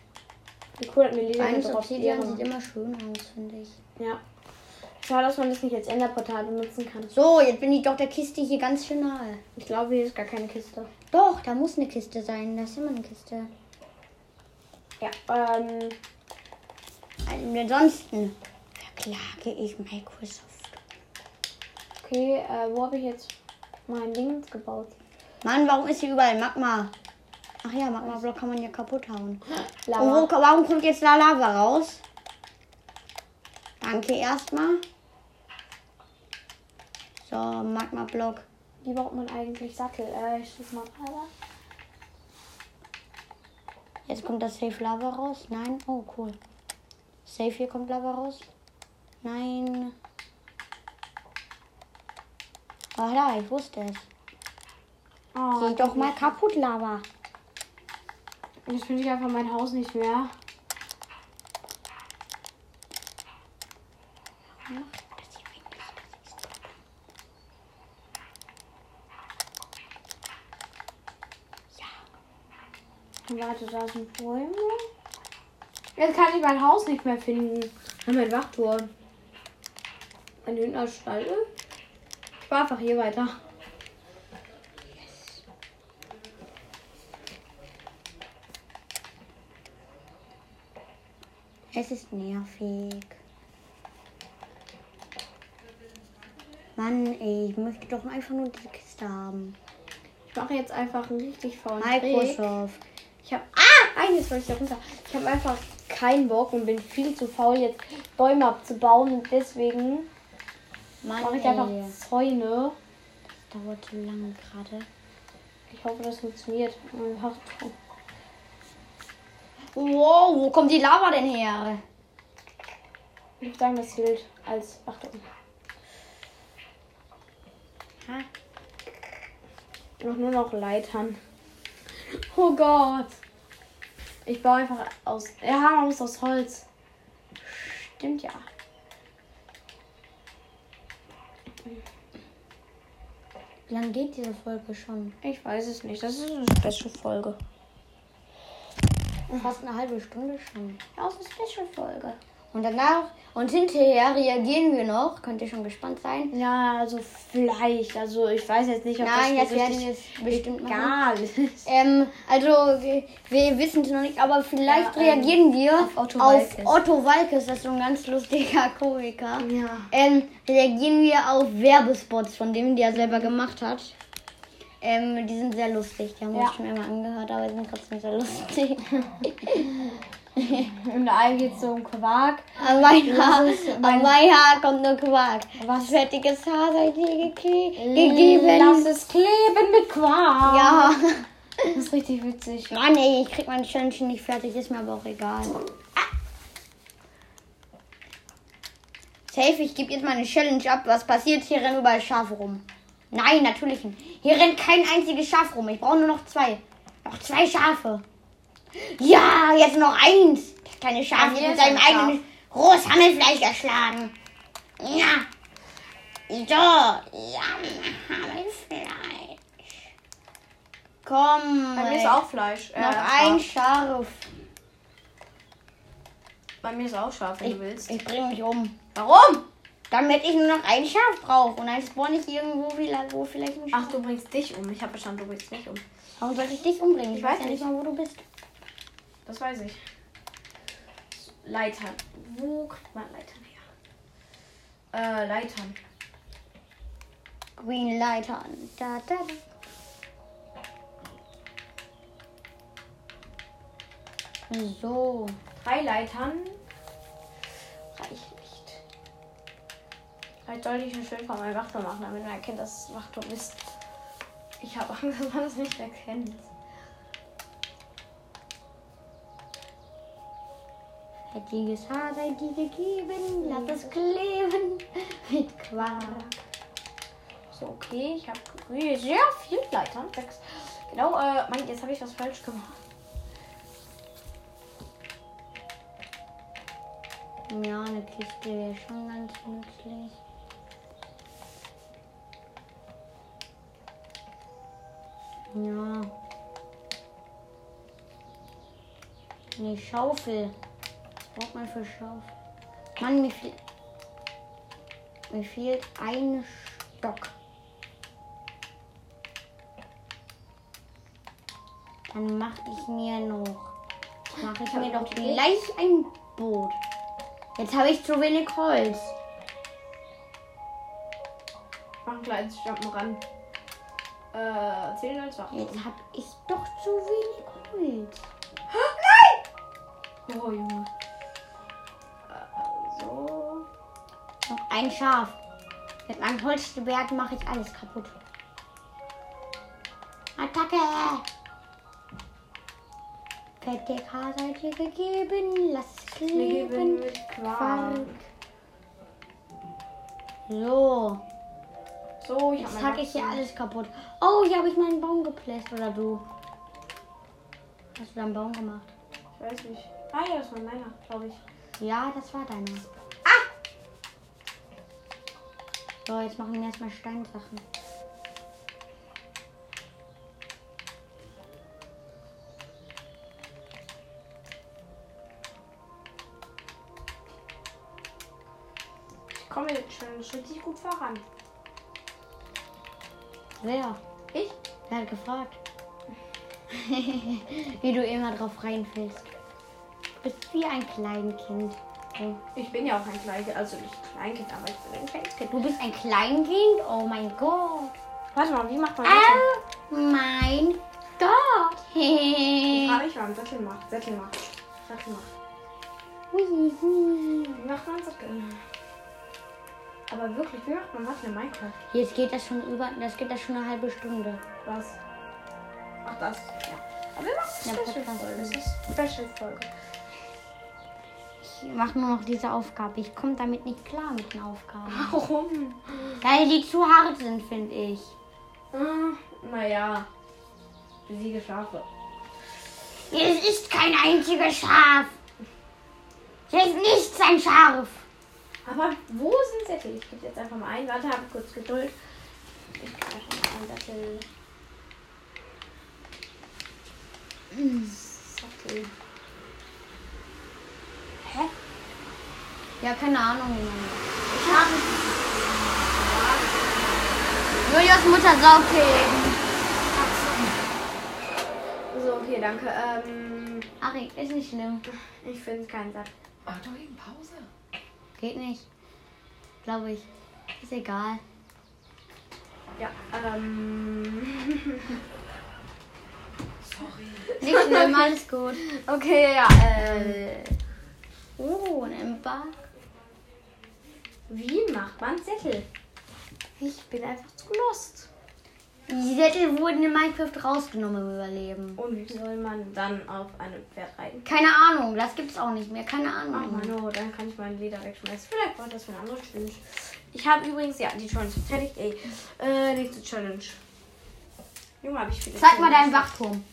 A: Die Kuh hat mir Leder
B: Wein ist
A: gedroppt.
B: Obsidian
A: Ehre.
B: sieht immer schön aus, finde ich.
A: Ja. Schade, dass man das nicht als Enderportal benutzen kann.
B: So, jetzt bin ich doch der Kiste hier ganz schön nahe.
A: Ich glaube, hier ist gar keine Kiste.
B: Doch, da muss eine Kiste sein. Da ist immer eine Kiste.
A: Ja, ähm,
B: Ansonsten verklage ich Microsoft.
A: okay, äh, wo habe ich jetzt mein Ding gebaut?
B: Mann, warum ist hier überall Magma? Ach ja, Magma-Block kann man ja kaputt hauen. Und
A: Lava.
B: Oh, Äh, wo, warum kommt jetzt da Lava raus? Danke erstmal. So, Magma-Block.
A: Wie baut man eigentlich Sattel? Äh, ich schieß mal Lava.
B: Jetzt kommt das Safe Lava raus. Nein. Oh, cool. Safe hier kommt Lava raus. Nein. Ah, da, ich wusste es.
A: Oh,
B: Geh doch mal kaputt, Lava.
A: Jetzt finde ich einfach mein Haus nicht mehr. Warte, da sind Bäume. Jetzt kann ich mein Haus nicht mehr finden. Und mein Wachturm. Mein Hühnerstall. Ich war einfach hier weiter.
B: Es ist nervig. Mann, ey, ich möchte doch einfach nur die Kiste haben.
A: Ich mache jetzt einfach einen richtig faulen Trick.
B: Microsoft.
A: Ich habe ah, eines wollte ich da runter. Ich habe einfach keinen Bock und bin viel zu faul jetzt Bäume abzubauen und deswegen
B: Mann,
A: mache ich
B: ey.
A: einfach Zäune.
B: Dauert zu lange gerade.
A: Ich hoffe, das funktioniert. Mein Wachturm.
B: Wow, wo kommt die Lava denn her?
A: Ich würde sagen, das gilt als Wachturm.
B: Ha?
A: Noch nur noch Leitern. Oh Gott. Ich baue einfach aus. Ja, man muss aus Holz. Stimmt ja.
B: Wie lange geht diese Folge schon?
A: Ich weiß es nicht. Das ist eine Special-Folge. Mhm.
B: Fast eine halbe Stunde schon.
A: Ja, es ist eine Special-Folge.
B: Und danach und hinterher reagieren wir noch. Könnt ihr schon gespannt sein?
A: Ja, also vielleicht. Also ich weiß jetzt nicht, ob
B: Nein,
A: das
B: jetzt
A: so
B: werden
A: richtig
B: wir es bestimmt machen.
A: egal ist.
B: Ähm, also wir, wir wissen es noch nicht, aber vielleicht
A: Ja, ähm,
B: reagieren wir
A: auf Otto
B: auf
A: Walkes. Mhm.
B: Otto Walkes, das ist so ein ganz lustiger *laughs* Komiker.
A: *laughs* Ja.
B: Ähm, reagieren wir auf Werbespots von dem, die er selber gemacht hat. Ähm, die sind sehr lustig, die haben wir
A: Ja.
B: uns schon einmal angehört, aber die sind trotzdem sehr lustig. *laughs*
A: Im einen geht es so um Quark.
B: An mein Haar,
A: Das ist
B: an
A: mein-
B: mein Haar kommt nur Quark. Was fettiges Haar seid ihr gekrie- gegeben?
A: Lass es Mm, kleben mit Quark.
B: Ja. *laughs*
A: Das ist richtig witzig.
B: Mann, ey, ich krieg mein Schönchen nicht fertig, ist mir aber auch egal. Ah. Safe, ich gebe jetzt meine Challenge ab. Was passiert? Hier rennen überall Schafe rum. Nein, natürlich nicht. Hier rennt kein einziges Schaf rum. Ich brauche nur noch zwei. Noch zwei Schafe. Ja, jetzt noch eins. Das kleine Schaf
A: Ach,
B: wird
A: hier
B: mit
A: ist ein
B: seinem eigenen rohes Hammelfleisch erschlagen. Ja. So, ja, Hammelfleisch. Komm.
A: Bei mir
B: ey.
A: ist auch Fleisch. Äh,
B: Noch
A: Schaf.
B: ein Scharf.
A: Bei mir ist auch scharf, wenn
B: Ich,
A: du willst.
B: ich bring mich um.
A: Warum?
B: Damit ich nur noch ein Schaf brauche. Und dann spawn ich irgendwo vielleicht, wo vielleicht ein Schaf.
A: Ach, du bringst dich um. Ich habe verstanden, du bringst mich um.
B: Warum sollte ich dich umbringen? Ich,
A: Ich weiß
B: weiß ja nicht
A: nicht.
B: mal, wo du bist.
A: Das weiß ich. Leitern. Wo kriegt man Leitern her? Äh, Leitern.
B: Green Light an. Da, da, da. So.
A: Drei Leitern. Reicht nicht.
C: Vielleicht sollte ich ein Schild von meinem Wachturm machen, damit man erkennt, dass es Wachturm ist. Ich habe
A: *laughs*
C: Angst, dass man das nicht erkennt.
B: Hättiges Haar sei dir gegeben, lass es kleben *laughs* mit Quark.
C: So, okay, ich habe sehr viel Leitern. Sechs. Genau, äh, Mann, jetzt habe ich was falsch gemacht.
B: Ja, eine Kiste wäre schon ganz nützlich. Ja. Eine Schaufel. Was braucht man für Schaufel? Mann, mir, fehl mir fehlt ein Stock. Dann mache ich mir noch. Mache ich
C: hab
B: mir
C: noch
B: doch
C: nicht.
B: gleich ein Boot. Jetzt habe ich zu wenig Holz.
C: Mach ein kleines Jumpen ran. Äh, 10, 9, 2.
B: Jetzt habe ich doch zu wenig Holz.
C: Oh, Junge. Äh, so.
B: Noch ein Schaf. Mit meinem Holzschwert mache ich alles kaputt. Attacke! Fette K seid ihr gegeben, lass es
C: Leben
B: kleben.
C: mit Quark.
B: So,
C: So, ich habe
B: jetzt hacke ich hier alles kaputt. Oh, hier habe ich meinen Baum gepläst, oder du? Hast du deinen Baum gemacht?
C: Ich weiß nicht. Ah, ja, das war meiner, glaube ich.
B: Ja, das war deiner. Ah! So, jetzt machen wir erstmal Steinsachen.
C: Ich komme jetzt schon richtig gut voran.
B: Wer?
C: Ich?
B: Wer hat gefragt? *laughs* wie du immer drauf reinfällst. Du bist wie ein Kleinkind. Oh.
C: Ich bin ja auch ein Kleinkind, also nicht Kleinkind, aber ich bin ein Kleinkind.
B: Du bist ein Kleinkind? Oh mein Gott.
C: Warte mal, wie macht man Sättel?
B: Oh mein Gott. *laughs*
C: Ich
B: Hui,
C: frage mich, wann Sättel macht. Sättel macht. Sättel macht.
B: hui.
C: Wie macht man Sättel? Aber wirklich, wie macht man Sättel in Minecraft?
B: Jetzt geht das schon über, das geht das schon eine halbe Stunde.
C: Was? Ach, das. Ja. Aber wir
B: Ja,
C: machen eine Special-Folge. Das
B: Podcast.
C: ist eine Special-Folge.
B: Ich mache nur noch diese Aufgabe. Ich komme damit nicht klar mit den
C: Ah.
B: Aufgaben.
C: Warum?
B: Weil die zu hart sind, finde ich.
C: Ah, naja. Besiege Schafe.
B: Es ist kein einziges Schaf. Hier ist nichts ein Schaf.
C: Aber wo sind Sättel? Ich gebe jetzt einfach mal ein. Warte, habe kurz Geduld. Ich gebe einfach mal ein Sättel. Sättel. Hä?
B: Ja, keine Ahnung. wie man das- Julius Mutter saugt.
C: So, okay, danke. Ähm,
B: Ach, ist nicht schlimm.
C: ich finde keinen Sattel.
D: Mach doch eben Pause.
B: Geht nicht. Glaube ich. Ist *laughs* egal.
C: Ja, ähm. *laughs*
D: Sorry.
B: Nicht schlimm, alles gut.
C: Okay, ja, äh.
B: Oh, ein Ember.
C: Wie macht man Sättel? Ich bin einfach zu lost.
B: Die Sättel wurden in Minecraft rausgenommen im Überleben.
C: Und wie soll man dann auf einem Pferd reiten?
B: Keine Ahnung, das gibt's auch nicht mehr. Keine
C: Oh
B: Ahnung.
C: Mann, oh, dann kann ich mein Leder wegschmeißen. Vielleicht war das für eine andere Challenge. Ich habe übrigens, ja, die Challenge ist fertig, ey. Äh, nächste Challenge. Junge, habe ich viele
B: Zeig mal deinen
C: Challenges.
B: Wachturm.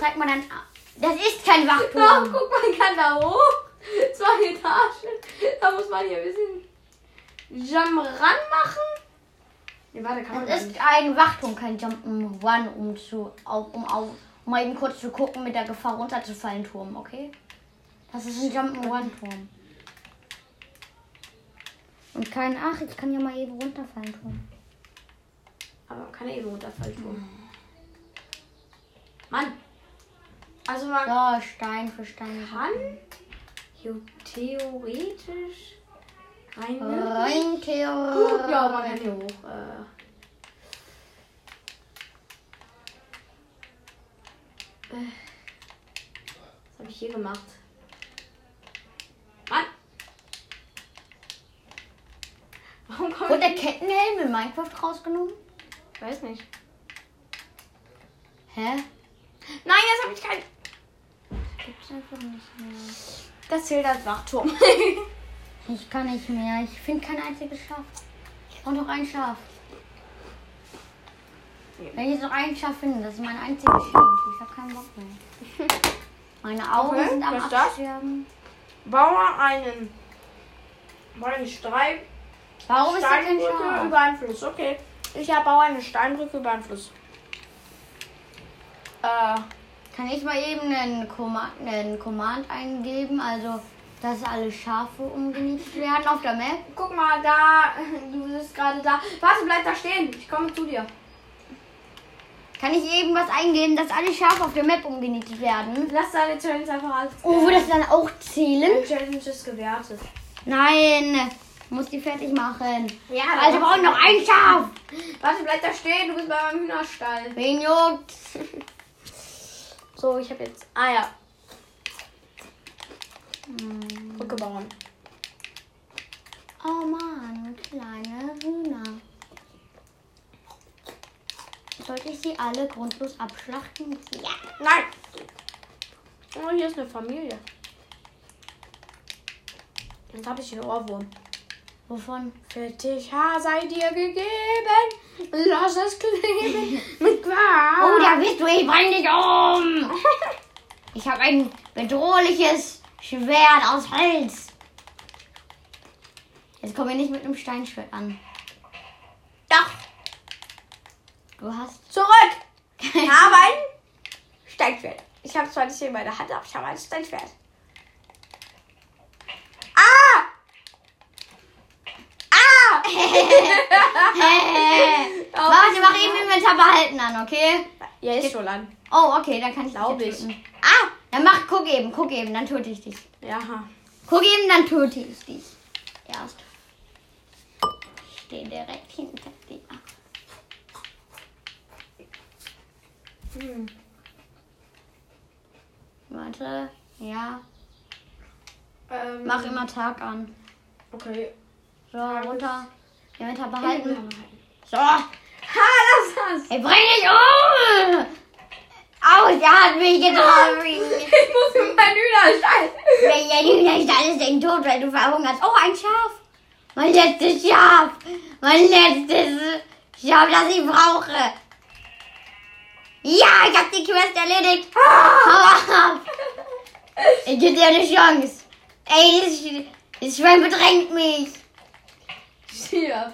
B: Zeig mal deinen. A- Das ist kein
C: Doch,
B: Wachturm.
C: Oh, guck mal, ich kann da hoch. *laughs* Zwei Etagen. Da muss man hier ein bisschen Jam ran machen. Nee, warte, kann man
B: Das
C: das
B: ist
C: nicht.
B: ein Wachturm, kein Jump'n'Run, um zu. Auf, um, auf, um eben kurz zu gucken, mit der Gefahr runterzufallen, Turm, okay? Das ist ein um Jump'n'Run-Turm. Und kein. Ach, ich kann ja mal eben runterfallen, Turm.
C: Aber man kann ja eben runterfallen. tun. Mann. Also man
B: So, Stein für Stein.
C: kann hier theoretisch rein.
B: Rein
C: Gut, ja,
B: Theorie.
C: man kann hier hoch. Äh. Äh. Was habe ich hier gemacht? Mann! Warum
B: Wird der Kettenhelm in Minecraft rausgenommen?
C: Ich weiß nicht.
B: Hä?
C: Nein, jetzt habe ich keinen.
B: Gibt's einfach nicht mehr.
C: Das zählt als Wachturm.
B: Ich kann nicht mehr. Ich finde kein einziges Schaf. Ich brauche noch ein Schaf. Wenn ich jetzt noch ein Schaf finde, das ist mein einziges Schaf. Ich habe keinen Bock mehr. Meine Augen
C: Okay,
B: sind am
C: was ist das?
B: Absterben.
C: Baue einen. Baue eine Streif
B: Warum ist da kein
C: Steinbrücke
B: Schaf?
C: über einen Fluss. Okay. Ich hab- baue eine Steinbrücke über einen Fluss. Äh,
B: Kann ich mal eben einen Command, einen Command eingeben? Also, dass alle Schafe umgenietet werden auf der Map?
C: guck mal, da. *laughs* Du bist gerade da. Warte, bleib da stehen. Ich komme zu dir.
B: Kann ich eben was eingeben, dass alle Schafe auf der Map umgenietet werden?
C: Lass deine Challenge einfach als.
B: Oh, wird das dann auch zählen?
C: Die Challenge ist gewertet.
B: Nein, muss die fertig machen.
C: Ja,
B: Also, wir brauchen noch ein Schaf.
C: Warte, bleib da stehen. Du bist bei meinem Hühnerstall.
B: Wen juckt? *laughs*
C: So, ich habe jetzt. Ah ja. Brücke bauen.
B: Oh Mann, kleine Hühner. Sollte ich sie alle grundlos abschlachten? Ja.
C: Nein. Oh, hier ist eine Familie. Jetzt habe ich den Ohrwurm.
B: Wovon?
C: Fettig Haar sei dir gegeben, lass es kleben mit
B: Oh, da
C: Quark.
B: bist du, ich bring dich
C: *laughs*
B: um! Ich habe ein bedrohliches Schwert aus Holz. Jetzt kommen wir nicht mit einem Steinschwert an.
C: Doch,
B: Du hast.
C: *laughs* zurück. Ich habe ein Steinschwert. Ich habe zwar nicht in meiner Hand, aber ich habe ein Steinschwert. Ah! Ah!
B: Hey,
C: *laughs*
B: Warte, mach eben Inventar behalten an, okay?
C: Ja, ist schon an.
B: Oh, okay, dann kann ich
C: Glaub
B: dich
C: ich.
B: jetzt töten.
C: Ah!
B: Dann mach, guck eben, guck eben, dann töte ich dich.
C: Ja.
B: Guck eben, dann töte ich dich. Erst. Ich stehe direkt hinter dir.
C: Hm.
B: Warte, ja.
C: Ähm,
B: Mach immer Tag an.
C: Okay. Hm.
B: So, runter. Inventar behalten.
C: Ha,
B: So.
C: lass das!
B: Ich bring dich um! Aus, der hat mich getroffen.
C: *laughs* *laughs* Ich muss in meinen Hühnerstall.
B: Wenn der Hühner ist, dann ist den tot, weil du verhungerst. Oh, ein Schaf. Mein letztes Schaf. Mein letztes Schaf, das ich brauche. Ja, ich hab die Quest erledigt. Hau ab. Ich geb dir eine Chance. Ey, das, Sch- das Schwein bedrängt mich.
C: *laughs* Schier.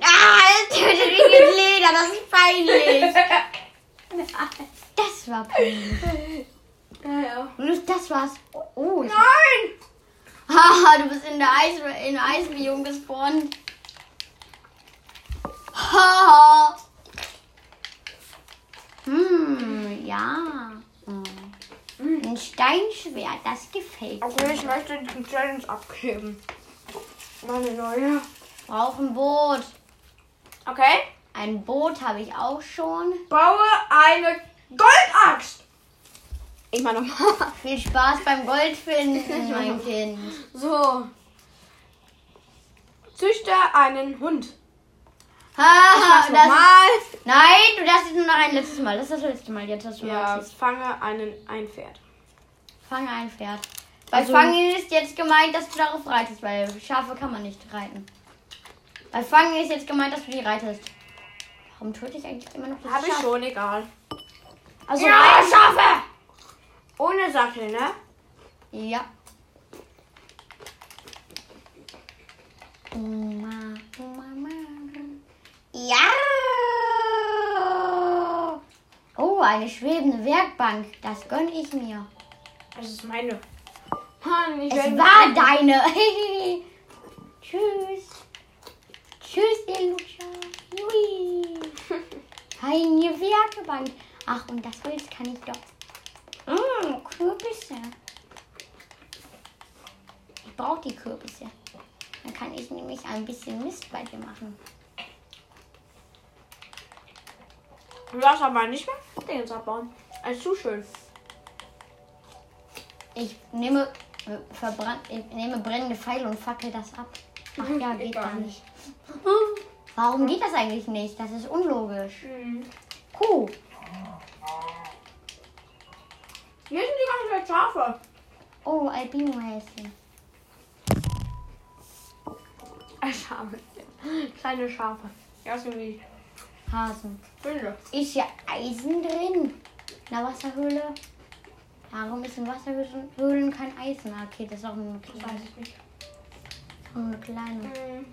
B: Ah, es tötet mich mit Leder. Das ist
C: *laughs*
B: peinlich. Das war peinlich.
C: Ja, ja.
B: Und das war's. Oh, ich
C: Nein!
B: Haha, du bist in der Eis in der Eisbiom gespawnt. Haha. Hm, ja. Hm. Ein Steinschwert, das gefällt
C: Okay, Also ich
B: mir.
C: möchte die Challenge abgeben. Meine neue.
B: Brauche ein Boot.
C: Okay.
B: Ein Boot habe ich auch schon.
C: Baue eine Goldaxt. Ich mach nochmal.
B: Viel Spaß beim
C: *laughs*
B: Goldfinden, mein Kind.
C: So. Züchte einen Hund. Ah,
B: Haha, das
C: Nochmal.
B: ist, nein, du darfst jetzt nur noch ein letztes Mal. Das ist das letzte Mal. Jetzt hast du
C: Ja,
B: mal
C: fange einen ein Pferd.
B: Fange ein Pferd. Bei
C: Also-
B: Fangen ist jetzt gemeint, dass du darauf reitest, weil Schafe kann man nicht reiten. Bei Fangen ist jetzt gemeint, dass du die reitest. Warum töte ich eigentlich immer noch das
C: Habe ich
B: Schaf?
C: schon, egal. Also
B: Ja,
C: rein-
B: Schafe!
C: ohne Sattel, ne?
B: Ja. Oma, Oma, Oma. Ja! Oh, eine schwebende Werkbank. Das gönne ich mir.
C: Das ist meine. Mann, ich
B: Es
C: werd-
B: war deine.
C: *laughs*
B: Tschüss. Tschüss, ihr Lutscher.
C: *laughs*
B: Jui. Keine Werkbank. Ach, und das Holz kann ich doch.
C: Ah,
B: Mh, Kürbisse. Ich brauche die Kürbisse. Dann kann ich nämlich ein bisschen Mist bei dir machen.
C: Du darfst aber nicht mehr Dingens abbauen. Das ist zu schön.
B: Ich nehme, äh, verbrannt, ich nehme brennende Pfeile und fackel das ab. Ach
C: *laughs*
B: ja, geht
C: Egal.
B: gar nicht. Warum geht das eigentlich nicht? Das ist unlogisch.
C: Hm.
B: Kuh.
C: Hier sind die ganze Zeit Schafe.
B: Oh, Albino heißt sie.
C: Äh, Schafe. Kleine Schafe. Ja, sind wie
B: Hasen.
C: Hunde.
B: Ist ja Eisen drin. In der Wasserhöhle. Warum ist in Wasserhöhlen kein Eisen? Na, Okay, das ist auch eine
C: Das weiß
B: kleine.
C: ich nicht.
B: Auch eine kleine.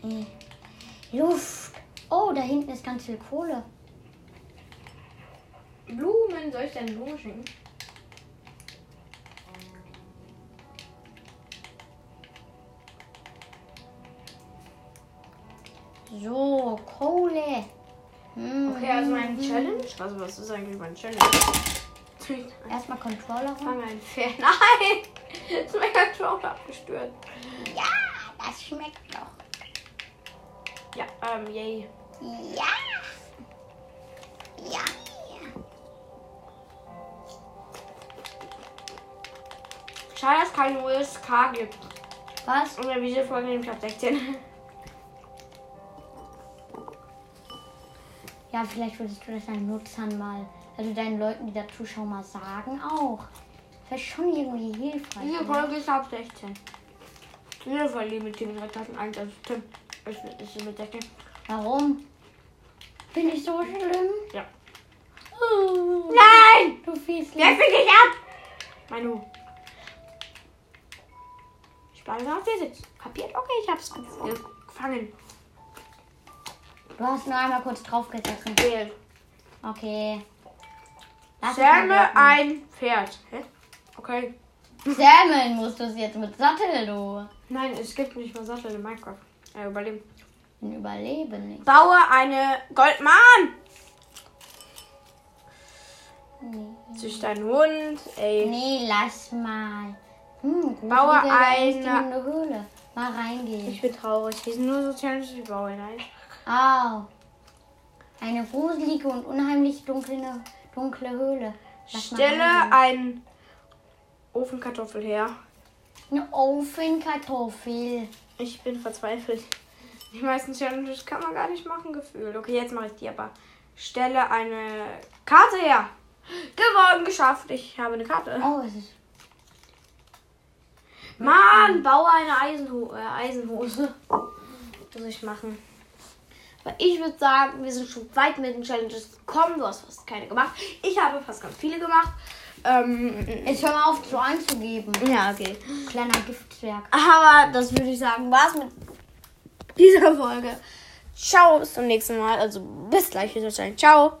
C: Hm.
B: Äh. Luft. Oh, da hinten ist ganz viel Kohle.
C: Blumen, soll ich dir eine Blume schicken?
B: So, Kohle. Hm.
C: Okay, also meine Challenge. Also, was ist eigentlich meine Challenge?
B: Erstmal Controller rum.
C: Fang ein Pferd. *laughs* Nein! Jetzt ist mein Controller abgestürzt.
B: Ja, das schmeckt doch.
C: Ja, ähm, yay.
B: Ja. Ja.
C: Schade, dass es kein USK gibt.
B: Was?
C: Und dann diese Folge den Platz 16.
B: Ja, vielleicht würdest du das deinen Nutzern mal, also deinen Leuten, die da zuschauen, mal sagen auch. Wäre schon irgendwie hilfreich.
C: *laughs*
B: ne?
C: Diese Folge ist ab 16. Diese Folge mit Team 3001, also Tim ist, ist mit 16.
B: Warum? Bin ich so schlimm?
C: Ja.
B: Oh,
C: Nein!
B: Du
C: Wer
B: Fiesling.
C: fick dich ab? Manu. Ich bleibe auf dir sitzen. Kapiert? Okay, ich hab's gefangen.
B: Du hast nur einmal kurz draufgesessen.
C: Okay.
B: Okay. Lass es
C: Zähme
B: mal
C: ein Pferd. Hä? Okay.
B: wirken. Zähmen musst du es jetzt mit Sattel, du.
C: Nein, es gibt nicht mal Sattel in Minecraft. Äh, überleben.
B: Ein Überleben nicht.
C: Baue eine Goldmann.
B: Nee.
C: Züchte einen Hund. Ey.
B: Nee, lass mal. Hm,
C: Baue
B: gruselige,
C: eine-
B: ängstigende Höhle. Mal reingehen.
C: Ich bin traurig. Hier sind nur so Challenges, ich baue hinein.
B: Au. Eine gruselige und unheimlich dunkle, dunkle Höhle. Lass mal
C: Stelle
B: reingehen.
C: einen Ofenkartoffel her.
B: Eine Ofenkartoffel.
C: Ich bin verzweifelt. Die meisten Challenges kann man gar nicht machen, gefühlt. Okay, jetzt mache ich die aber. Stelle eine Karte her. Geworden, geschafft. Ich habe eine Karte.
B: Oh, es ist.
C: Mann, baue eine Eisenho äh, Eisenhose. Muss ich machen. Weil ich würde sagen, wir sind schon weit mit den Challenges gekommen. Du hast fast keine gemacht. Ich habe fast ganz viele gemacht. Ähm,
B: Jetzt hör mal auf, so anzugeben.
C: ja, okay.
B: Kleiner Giftzwerg.
C: Aber das würde ich sagen, war's mit dieser Folge. Ciao, bis zum nächsten Mal. Also bis gleich, bis wahrscheinlich. Ciao.